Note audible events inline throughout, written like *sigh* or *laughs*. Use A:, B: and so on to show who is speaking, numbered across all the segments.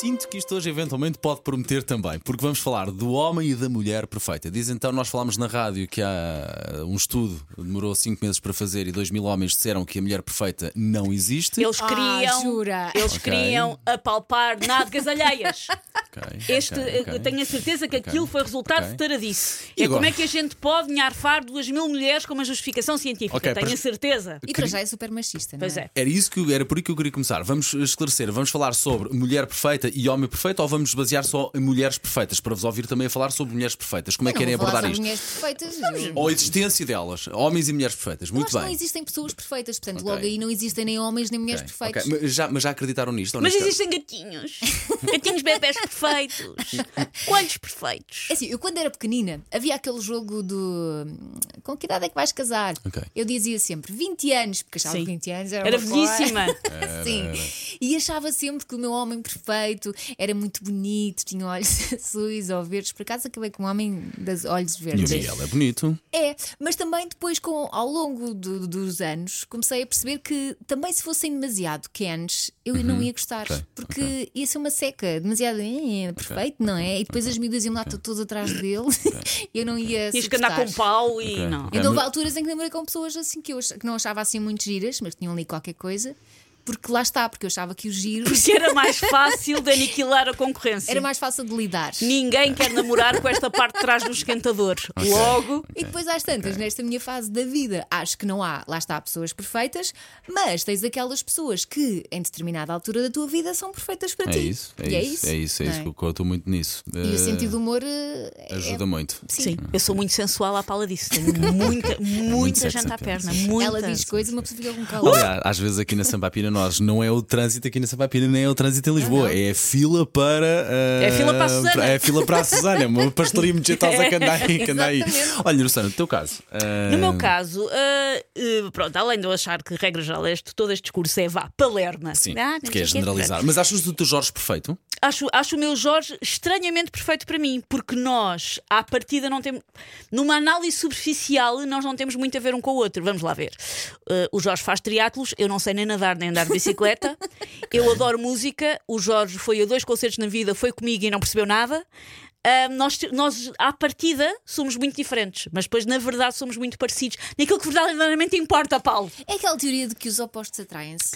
A: Sinto que isto hoje eventualmente pode prometer também, porque vamos falar do homem e da mulher perfeita. Diz então, nós falámos na rádio que há um estudo, demorou 5 meses para fazer e 2 mil homens disseram que a mulher perfeita não existe.
B: Eles queriam,
C: Ah, jura?
B: eles
A: Ok.
B: queriam apalpar nádegas alheias.
A: Ok,
B: Este,
A: ok, ok.
B: eu tenho a certeza que
A: Ok,
B: aquilo foi resultado
A: ok.
B: de taradice.
A: E
B: é
A: agora?
B: como é que a gente pode enharfar duas mil mulheres com uma justificação científica?
A: Ok,
B: tenho
A: para-
B: a certeza.
C: E para já é super machista, não
B: Pois é.
A: Era isso que era por aí que eu queria começar. Vamos esclarecer, vamos falar sobre mulher perfeita e homem perfeito ou vamos basear só em mulheres perfeitas para vos ouvir também a falar sobre mulheres perfeitas. Como é que
C: Não
A: querem
C: vou falar
A: abordar
C: sobre
A: isto?
C: mulheres perfeitas. Eu
A: Ou a existência delas, homens e mulheres perfeitas. Muito
C: acho que não
A: bem.
C: existem pessoas perfeitas, portanto,
A: Ok.
C: logo aí não existem nem homens nem mulheres
A: Ok,
C: perfeitas.
A: ok. Mas, já, mas já acreditaram nisto? ou
B: Mas
A: neste caso?
B: existem gatinhos. Gatinhos bebés perfeitos. Coelhos perfeitos.
C: É assim, eu quando era pequenina havia aquele jogo do com que idade é que vais casar?
A: Ok.
C: Eu dizia sempre 20 anos, porque achava
B: Sim.
C: que 20 anos era,
B: Era
C: uma coisa.
B: velhíssima.
A: É.
C: Sim. E achava sempre que o meu homem perfeito era muito bonito, tinha olhos *laughs* azuis ou verdes. Por acaso acabei com um homem dos olhos
A: E o
C: verdes.
A: Miguel é bonito.
C: É, mas também depois, com, ao longo do- dos anos, comecei a perceber que também se fossem demasiado cans, eu não ia gostar.
A: ok,
C: Porque ia ser uma seca, demasiado eh, perfeito, não é? E depois as miúdas iam lá todas atrás dele, *laughs* eu não ia
B: Tinhas que andar com um
C: suportar.
B: pau e não.
A: ok.
C: Então houve
A: mas-
C: alturas em que namorei com pessoas assim que eu ach- que não achava assim muito giras, mas tinham ali qualquer coisa, porque lá está, porque eu achava que o giro
B: Porque era mais fácil de aniquilar a concorrência.
C: era mais fácil de lidar.
B: Ninguém quer namorar com esta parte de trás do esquentador. Logo,
C: E depois às tantas, nesta minha fase da vida, acho que não há, lá está, pessoas perfeitas, mas tens aquelas pessoas que, em determinada altura da tua vida, são perfeitas para
A: É
C: ti.
A: isso, é
C: e
A: isso, é isso, é
C: não
A: isso. que Eu estou muito nisso.
C: E
A: Eh,
C: o sentido do humor eh, é.
A: ajuda muito.
B: Sim, eu sou muito sensual à pala
A: *laughs*
B: disso. Tenho muita, muita
A: sexy
B: gente à
A: appeal,
B: perna.
A: sim.
B: Muita.
C: Ela diz coisas e uma pessoa fica
A: *laughs*
C: com calor.
A: Aliás, às vezes aqui na Sampapina nós não é o trânsito aqui na Sampapina, nem é o trânsito em Lisboa, é a fila para eh,
B: É a fila para a Susana.
A: pra- É a fila para a Susana, uma pastelaria mojetosa que anda aí, que anda aí.
C: Exatamente.
A: Olha, Luciana, no teu caso. eh,
B: No meu caso, ah, eh, pronto, além de eu achar que regra já leste, todo este discurso é vá, palerma.
A: Sim,
B: Ah, não
A: porque
B: sei
A: é
B: o quê.
A: generalizar. Mas achas o teu Jorge perfeito?
B: Acho, acho o meu Jorge estranhamente perfeito para mim, porque nós, à partida, não temos. Numa análise superficial, nós não temos muito a ver um com o outro. Vamos lá ver. Uh, o Jorge faz triatlos, eu não sei nem nadar nem andar de bicicleta. eu adoro música. O Jorge foi a dois concertos na vida, foi comigo e não percebeu nada. Uh, nós, te- nós, à partida, somos muito diferentes, mas depois, na verdade, somos muito parecidos. Naquilo que verdadeiramente importa, Paulo.
C: É aquela teoria de que os opostos atraem-se.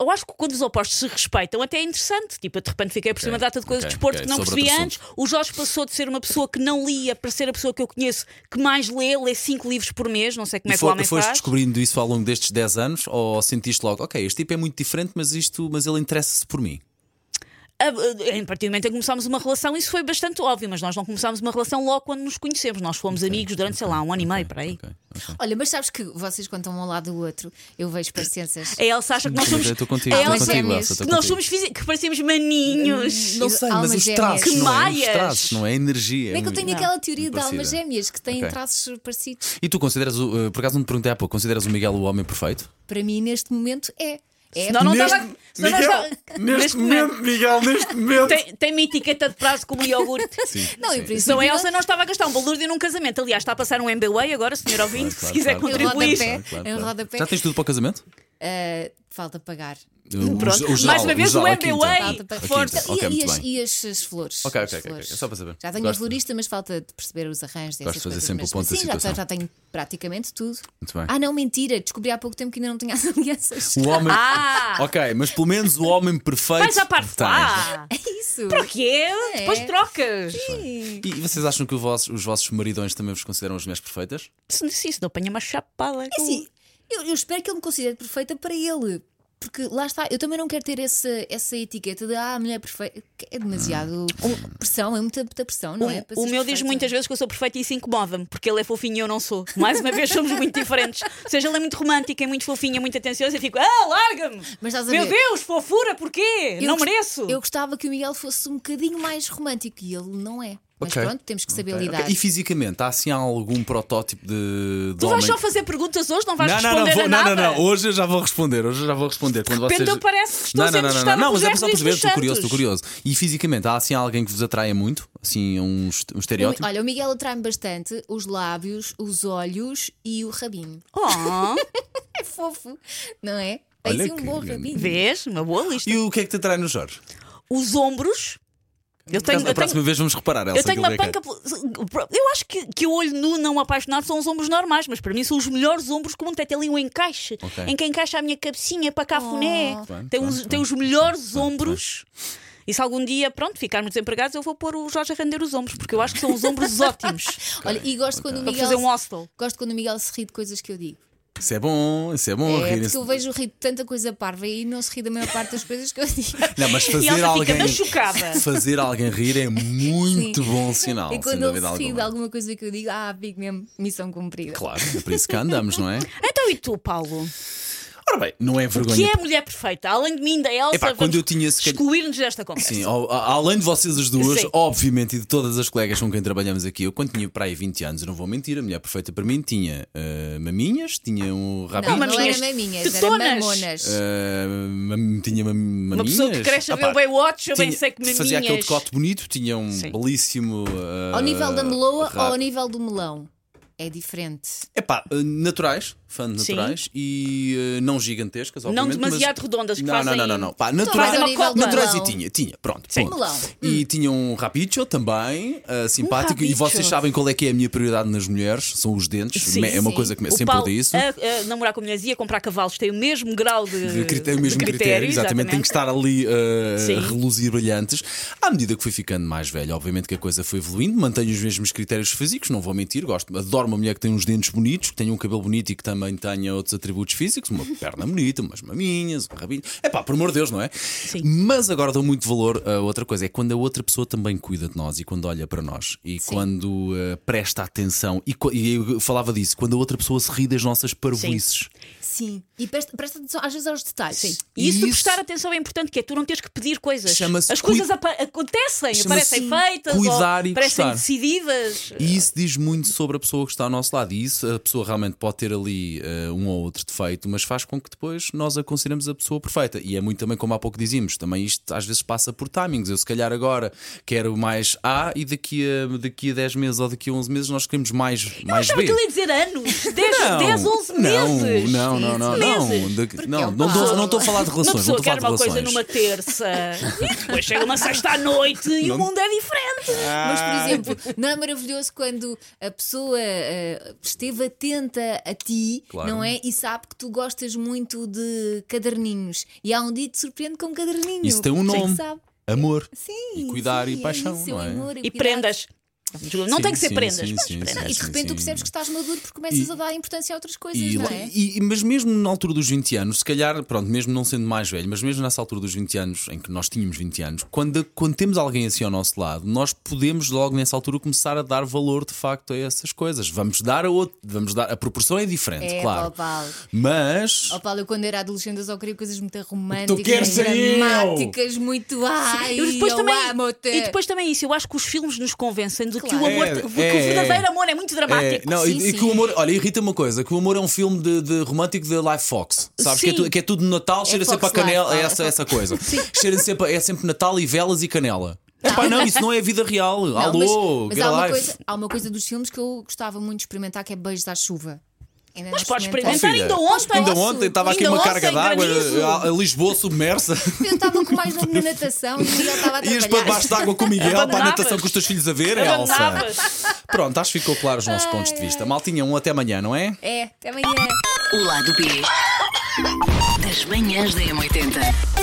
B: Eu acho que quando os opostos se respeitam, até é interessante. Tipo, eu de repente fiquei por cima da data de coisas
A: ok,
B: de desporto
A: ok,
B: que não
A: sobre
B: percebi
A: outro
B: antes. O Jorge passou de ser uma pessoa que não lia para ser a pessoa que eu conheço que mais lê, lê cinco livros por mês. Não sei como
A: e
B: é que
A: fo-
B: o homem
A: foste
B: faz.
A: descobrindo isso ao longo destes 10 anos ou sentiste logo, ok, este tipo é muito diferente, mas, isto, mas ele interessa-se por mim?
B: A, a- em partir do momento em que começámos uma relação, isso foi bastante óbvio, mas nós não começámos uma relação logo quando nos conhecemos. Nós fomos amigos durante, sei lá, um ano e meio, para aí.
A: Ok, ok.
C: Olha, mas sabes que vocês, quando estão um ao lado do outro, eu vejo parecenças.
B: A
A: É
B: Elsa acha É que nós
A: Mas
B: somos.
A: eu estou contigo,
B: a
A: estou
B: Elsa-
C: mas é
A: contigo,
C: mesmo.
A: Elsa, estou
B: que nós
A: contigo.
B: somos físicos, que parecemos maninhos.
A: Não sei, mas
C: Almas
A: os
C: gêmeas.
A: traços,
B: Que
A: não é? Os
B: maias.
A: traços, não é? A energia.
C: Como é que eu tenho aquela teoria de
A: parecida.
C: almas gêmeas que têm
A: Ok.
C: traços parecidos?
A: E tu consideras, o- eh, por acaso não te perguntei há pouco, consideras o Miguel o homem perfeito?
C: Para mim, neste momento, é. É
B: Senão não
A: Neste-
B: estava. senão não estava- neste momento.
A: Miguel, neste momento.
B: Tem, tem uma etiqueta de prazo como iogurte.
C: Não, em
B: Se não, a
C: princípio,
B: Elsa não estava a gastar um balúrdio num casamento. Aliás, está a passar um MBA agora, senhor ouvinte,
A: Claro,
B: se quiser
A: claro, claro,
B: contribuir.
C: Rodapé. É um rodapé.
A: Já tens tudo para o casamento?
C: eh, falta pagar.
A: O- o-
B: Pronto.
A: o
B: Mais uma
A: geral,
B: vez
A: geral,
B: o
A: a quinta.
B: MBA.
C: Falta para-
A: A quinta.
B: Força.
C: Então,
A: Ok,
C: e, e
A: muito
C: as,
A: bem.
C: e as- as flores?
A: Ok,
C: As
A: ok, ok,
C: flores.
A: ok. Só para saber.
C: Já tenho
A: Gosto.
C: a florista, mas falta de perceber os arranjos dessas
A: Gosto de fazer
C: coisas.
A: sempre
C: mas-
A: o ponto
C: mas
A: da
C: Sim, já-
A: situação.
C: já, tenho praticamente tudo.
A: Muito bem.
C: Ah, não, mentira. Descobri há pouco tempo que ainda não tinha *laughs* as alianças.
A: O homem.
B: Ah!
A: Ok, mas pelo menos o homem perfeito.
B: Vais à parte
A: tens.
B: lá.
C: É isso.
B: Porque é, depois trocas.
A: E vocês acham que o vosso- os vossos maridões também vos consideram as mulheres perfeitas?
B: Se se isso, não apanha uma chapada.
C: É assim, eu, eu espero que ele me considere perfeita para ele. Porque lá está, eu também não quero ter essa, essa etiqueta de ah, a mulher perfeita. que É demasiado
A: Hum.
C: pressão, é muita, muita pressão, não é? Para
B: O, o
C: seres
B: meu diz
C: perfeita.
B: muitas vezes que eu sou perfeita e isso incomoda-me, porque ele é fofinho e eu não sou. Mais uma vez, somos muito diferentes. Ou seja, ele é muito romântico, é muito fofinho, é muito atencioso e fico, ah, larga-me!
C: Mas estás a
B: Meu
C: ver?
B: Deus, fofura, porquê?
C: Eu
B: não
C: gost-
B: mereço!
C: Eu gostava que o Miguel fosse um bocadinho mais romântico e ele não é. Mas
A: Ok.
C: pronto, temos que saber
A: Ok.
C: lidar.
A: E fisicamente, há assim algum protótipo de, de
B: Tu vais
A: homem?
B: só fazer perguntas hoje, não vais
A: não, não,
B: responder
A: não, vou-
B: a
A: não, não,
B: nada.
A: não, hoje eu já vou responder, hoje eu já vou responder. Quando
B: repente
A: vocês...
B: eu parece que estou
A: não, não,
B: sendo
A: não, não,
B: testada
A: não, não, mas
B: por
A: é só
B: Jéssica
A: para saber, estou
B: dos
A: curioso, estou curioso.
B: Santos.
A: E fisicamente, há assim alguém que vos atraia muito? Assim, um, est- um
C: O-
A: estereótipo?
C: Olha, o Miguel atrai-me bastante os lábios, os olhos e o rabinho. *laughs*
B: Oh,
C: É fofo, não é? Tem
A: Olha
C: sim um
A: que
C: bom
A: grande.
C: rabinho.
B: vês? Uma boa lista.
A: E o que é que te atrai no Jorge?
B: Os ombros. Eu
A: Por
B: tenho,
A: acaso,
B: eu
A: a
B: tenho,
A: próxima vez vamos reparar, Elsa.
B: eu tenho
A: aquilo
B: uma
A: que é que
B: panca. pelo- Eu acho que, que o olho nu não apaixonado são os ombros normais, mas para mim são os melhores ombros que o mundo tem. Tem ali um encaixe
A: Ok.
B: em que encaixa a minha cabecinha para cá funé.
A: Bem,
B: Tem,
A: bem,
B: uns-
A: bem,
B: tem os melhores ombros. E se algum dia, pronto, ficarmos desempregados, eu vou pôr o Jorge a render os ombros, porque eu acho que são os *laughs* ombros ótimos
C: Olha, e gosto quando, o
B: para
C: Miguel,
B: fazer um hostel.
C: gosto quando o Miguel se ri de coisas que eu digo.
A: é. Isso é bom, isso é bom.
C: É,
A: rirem-se.
C: porque eu vejo rir de tanta coisa parva e não se ri da maior parte das coisas que eu digo.
A: Não, mas
B: *laughs* E ela
A: fazer
B: fica
A: alguém.
B: machucada.
A: *laughs* Fazer alguém rir é muito bom *laughs* sinal.
C: e
A: sem
C: quando ele
A: dúvida
C: se ri de
A: alguma.
C: alguma coisa que eu digo, ah, fico mesmo, missão cumprida.
A: Claro, é por isso que cá andamos,
B: *laughs*
A: não é?
B: Então e tu, Paulo?
A: Ora bem, não é vergonha.
B: Que é a mulher perfeita? Além de mim, da Elsa,
A: Epá,
B: vamos
A: quando eu tinha se calhar-
B: excluir-nos desta conversa.
A: Sim, ao- a- além de vocês as duas,
B: Sim.
A: obviamente, e de todas as colegas com quem trabalhamos aqui, eu quando tinha para aí 20 anos, eu não vou mentir, a mulher perfeita para mim tinha ah, maminhas, tinha um
C: Não,
A: rabinho,
B: mas
C: não era
B: minhas
C: maminhas, era
B: tetonas.
C: mamonas.
A: ah, mam- tinha mam- maminhas.
B: Uma pessoa que cresce a ver
A: Epá,
B: o Baywatch, eu bem
A: tinha-
B: sei que maminhas.
A: Fazia aquele decote bonito, tinha um
B: Sim.
A: belíssimo. ah,
C: Ao nível da meloa
A: rabo.
C: ou ao nível do melão? É diferente.
A: Epá, eh, naturais, fã de
B: Sim.
A: naturais e eh, não gigantescas,
B: Não
A: obviamente.
B: demasiado
A: mas...
B: redondas, que
A: não,
B: fazem-
A: Não, não, não, não. Pá,
C: fazem
A: naturais,
C: uma copa.
A: naturais e
C: Melão.
A: tinha, tinha, pronto.
B: Sim. Hum.
A: ponto.
C: Melão.
A: E tinha um rapicho também, eh, simpático. e
B: rapicho.
A: vocês sabem qual é que é a minha prioridade nas mulheres, são os dentes.
B: Sim,
A: é uma
C: sim.
A: coisa que me-
B: O
A: sempre
B: Paulo,
A: disse.
B: A, a namorar com mulheres e a comprar cavalos tem o mesmo grau de,
A: de critério, o mesmo
B: de
A: critério, exatamente. Tem que estar ali eh,
B: Sim.
A: a reluzir brilhantes. À medida que fui ficando mais velho, obviamente que a coisa foi evoluindo, mantenho os mesmos critérios físicos, não vou mentir, gosto, adoro uma mulher que tem uns dentes bonitos, que tenha um cabelo bonito e que também tenha outros atributos físicos, uma perna bonita, umas maminhas, um rabinho. É pá, por amor de Deus, não é?
B: Sim.
A: Mas agora dou muito valor a outra coisa, é quando a outra pessoa também cuida de nós e quando olha para nós e quando eh, presta atenção. E, co- e eu falava disso, quando a outra pessoa se ri das nossas parvoices.
C: Sim. E presta, presta atenção às vezes aos detalhes. Sim.
B: E isso, de
A: Isso.
B: prestar atenção é importante, que é tu não tens que pedir coisas.
A: Chama-se
B: As coisas
A: cui-
B: apa- acontecem,
A: Chama-se
B: aparecem feitas,
A: cuidar
B: ou
A: e
B: parecem
A: gostar.
B: decididas.
A: E isso diz muito sobre a pessoa que está ao nosso lado. E isso a pessoa realmente pode ter ali eh, um ou outro defeito, mas faz com que depois nós a consideremos a pessoa perfeita. E é muito também como há pouco dizíamos, também isto às vezes passa por timings. Eu se calhar agora quero mais A e daqui a, daqui a 10 meses ou daqui a 11 meses nós queremos mais, mais
B: Estava
A: B.
B: que ele ia dizer anos,
A: *laughs*
B: 10,
A: Não,
B: 10 11 meses.
A: Não, não, não, não. Não,
B: Meses. é um
A: Da- não, não,
C: Paulo.
A: tô- não estou a falar de
B: Uma
A: relações. Não
B: pessoa
A: estou a
B: quer
A: falar
B: uma
A: de
B: coisa
A: relações.
B: numa terça e depois chega uma sexta à noite e o mundo é diferente.
C: Mas,
B: Ah.
C: por exemplo, não é maravilhoso quando a pessoa eh, esteve atenta a ti,
A: Claro.
C: não é? E sabe que tu gostas muito de caderninhos. E há um dia que te surpreende com um caderninho.
A: Isso tem um
C: Sim,
A: nome.
C: sabe?
A: Amor.
C: Sim.
A: E cuidar e
C: sim, é
A: paixão,
C: isso,
A: não é?
C: amor
B: E
C: cuidado.
B: prendas. Não
A: Sim,
B: tem que ser
A: sim,
B: prendas.
A: sim,
B: mas
A: sim,
B: prendas.
C: E de
A: sim,
C: repente tu
A: sim.
C: percebes que estás maduro porque começas
A: E-
C: a dar importância a outras coisas,
A: E,
C: não
A: lá-
C: é?
A: e- e- mas mesmo na altura dos 20 anos, se calhar, pronto, mesmo não sendo mais velho, mas mesmo nessa altura dos 20 anos, em que nós tínhamos 20 anos, quando, quando temos alguém assim ao nosso lado, nós podemos logo nessa altura começar a dar valor de facto a essas coisas. Vamos dar a outro, vamos dar, a proporção é diferente,
C: É,
A: claro.
C: pá, Paulo.
A: Mas
C: Oh Paulo, eu quando era adolescente eu só queria coisas muito
A: O que tu queres
C: românticas,
A: é eu!
C: dramáticas, muito ai,
B: Eu depois
C: eu
B: também,
C: amo-te.
B: e depois também isso, eu acho que os filmes nos convencem de que
C: Claro.
B: o amor,
A: É,
B: que o
A: é,
B: verdadeiro
A: é.
B: amor é muito
A: É,
B: dramático.
A: não, e-
C: Sim,
A: e,
C: sim.
A: que o amor, olha, irrita uma coisa: que o amor é um filme de, de romântico de Life Fox. Sabes? Que é,
B: Sim.
A: tu- que é tudo de Natal, cheira sempre a
C: Fox Life,
A: canela, é
C: ah,
A: essa,
C: é
A: essa
C: *laughs*
A: coisa. Cheira sempre, a- é sempre Natal e velas e canela. Epá, não, isso não é vida real.
C: Tá. Não,
A: Alô,
C: mas, mas
A: get
C: há, uma
A: a life.
C: coisa, há uma coisa dos filmes que eu gostava muito de experimentar que é beijos à chuva. Ainda
B: Mas
C: não
B: podes
C: experimentei.
B: experimentar
A: filha,
B: ainda ontem.
A: Ainda
C: Então, Posso?
A: ontem estava aqui
B: Ainda
A: uma
B: ontem,
A: carga d'água,
B: granizo.
A: a- a Lisboa
C: *laughs*
A: submersa.
C: Eu estava com mais na natação e eu estava a
A: Ias para
C: trabalhar.
A: debaixo de água com o Miguel para a
B: Abandonavas.
A: natação com os teus filhos a ver, Elsa.
B: Abandonavas.
A: Pronto, acho que ficou claro os nossos pontos de vista. Mal tinha um até amanhã, não é?
C: É, até amanhã.
D: O lado B das manhãs da M80.